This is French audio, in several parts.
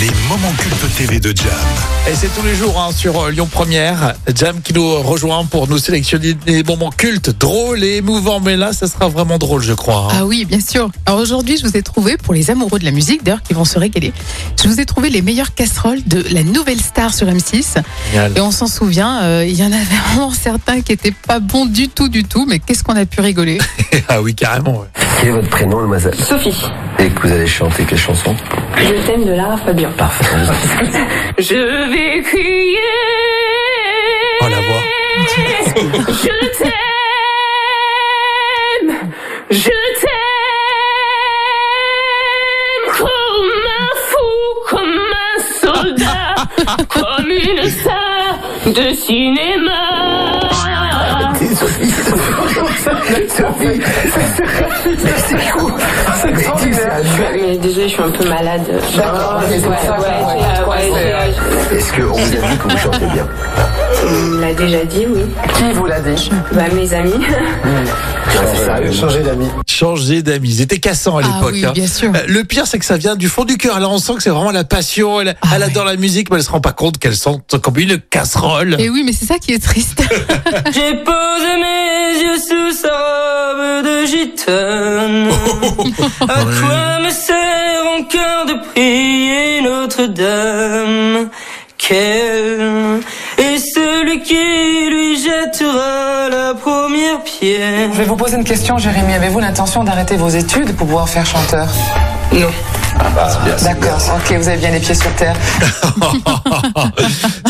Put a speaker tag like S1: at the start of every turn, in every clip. S1: Les moments cultes TV de Jam.
S2: Et c'est tous les jours hein, sur euh, Lyon Première. Jam qui nous rejoint pour nous sélectionner des moments cultes, drôles et émouvants. Mais là, ça sera vraiment drôle, je crois. hein.
S3: Ah oui, bien sûr. Alors aujourd'hui, je vous ai trouvé, pour les amoureux de la musique, d'ailleurs, qui vont se régaler, je vous ai trouvé les meilleures casseroles de la nouvelle star sur M6.
S2: Génial.
S3: Et on s'en souvient, euh, il y en avait vraiment certains qui étaient pas bons du tout, du tout. Mais qu'est-ce qu'on a pu rigoler
S2: Ah oui, carrément. ouais.
S4: Quel est votre prénom, mademoiselle
S5: Sophie,
S4: Et que vous allez chanter quelle chanson
S5: je t'aime de Lara Fabian.
S4: Parfait.
S5: Je vais crier.
S2: Oh la voix.
S5: Je t'aime. Je t'aime. Comme un fou, comme un soldat, comme une star de cinéma.
S4: Sophie, Sophie, Sophie, c'est fou. C'est
S5: Mais désolé, je suis un peu malade.
S4: D'accord,
S5: Ouais,
S4: c'est pour
S5: ouais,
S4: ça qu'on-
S5: ouais, ouais, ouais.
S4: Est-ce qu'on vous a dit que vous chantez bien
S5: On me l'a déjà dit, oui.
S4: Qui vous l'a dit
S5: Bah, mes amis.
S4: Changez d'amis.
S2: Changer d'amis. Ils étaient cassants à
S3: Ah
S2: l'époque.
S3: oui,
S2: hein.
S3: bien sûr.
S2: Euh, Le pire, c'est que ça vient du fond du cœur. Alors, on sent que c'est vraiment la passion. Elle,
S3: Ah
S2: elle
S3: ouais.
S2: adore la musique, mais elle se rend pas compte qu'elle sent comme une casserole.
S3: Et oui, mais c'est ça qui est triste.
S5: J'ai posé mes yeux sous sa robe de gitane. à quoi me sert encore de prier Notre-Dame Quel est celui qui lui jettera la première pierre
S6: Je vais vous poser une question, Jérémy. Avez-vous l'intention d'arrêter vos études pour pouvoir faire chanteur
S5: Non.
S2: Ah bah,
S6: D'accord, ok, vous avez bien les pieds sur terre.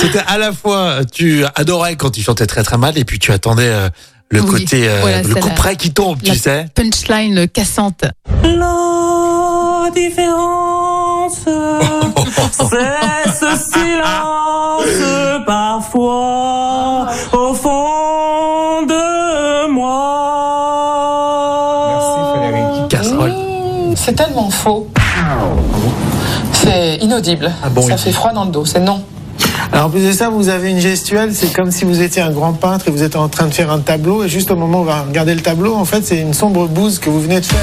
S2: C'était à la fois, tu adorais quand tu chantais très très mal, et puis tu attendais euh, le
S3: Oui,
S2: côté, euh,
S3: voilà,
S2: le
S3: c'est la-
S2: couperet qui tombe,
S3: la-
S2: tu sais.
S3: Punchline euh, cassante.
S5: La différence, c'est ce silence parfois au fond de moi.
S3: Oh.
S2: Casserole.
S6: C'est tellement faux. C'est inaudible.
S2: Ah bon,
S6: ça
S2: il-
S6: fait froid dans le dos, c'est non.
S7: Alors en plus de ça, vous avez une gestuelle, c'est comme si vous étiez un grand peintre et vous êtes en train de faire un tableau, et juste au moment où on va regarder le tableau, en fait, c'est une sombre bouse que vous venez de faire.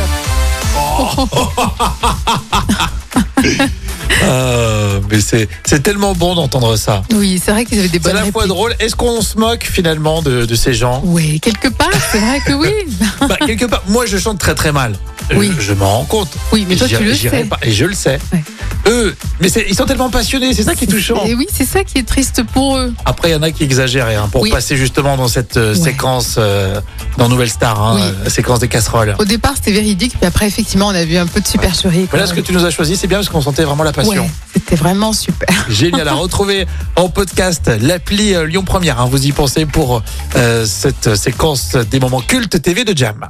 S2: Euh, mais c'est c'est tellement bon d'entendre ça.
S3: Oui, c'est vrai qu'ils avaient des
S2: C'est à
S3: bonnes
S2: la fois
S3: répliques.
S2: drôle. Est-ce qu'on se moque finalement de, de ces gens
S3: Oui, quelque part, c'est vrai que oui.
S2: bah, Quelque part, moi je chante très très mal. Je-
S3: Oui.
S2: Je, m'en rends compte.
S3: Oui, mais toi,
S2: J'irai-
S3: tu le
S2: j'irai
S3: sais.
S2: pas- et je le sais.
S3: Ouais.
S2: Eux, mais c'est- ils sont tellement passionnés, c'est ça qui est touchant.
S3: Et oui, c'est ça qui est triste pour eux.
S2: Après, il y en a qui exagèrent hein, pour
S3: Oui.
S2: passer justement dans cette euh,
S3: Ouais.
S2: séquence euh, dans Nouvelle Star, hein,
S3: Oui.
S2: euh, séquence des casseroles.
S3: Au départ, c'était véridique, puis après, effectivement, on a vu un peu de supercherie.
S2: Voilà ce que tu nous as choisi, c'est bien parce qu'on sentait vraiment la passion.
S3: Ouais, c'était vraiment super.
S2: Génial à retrouver en podcast l'appli euh, Lyon Première. hein. vous y pensez pour euh, cette séquence des moments cultes TV de Jam.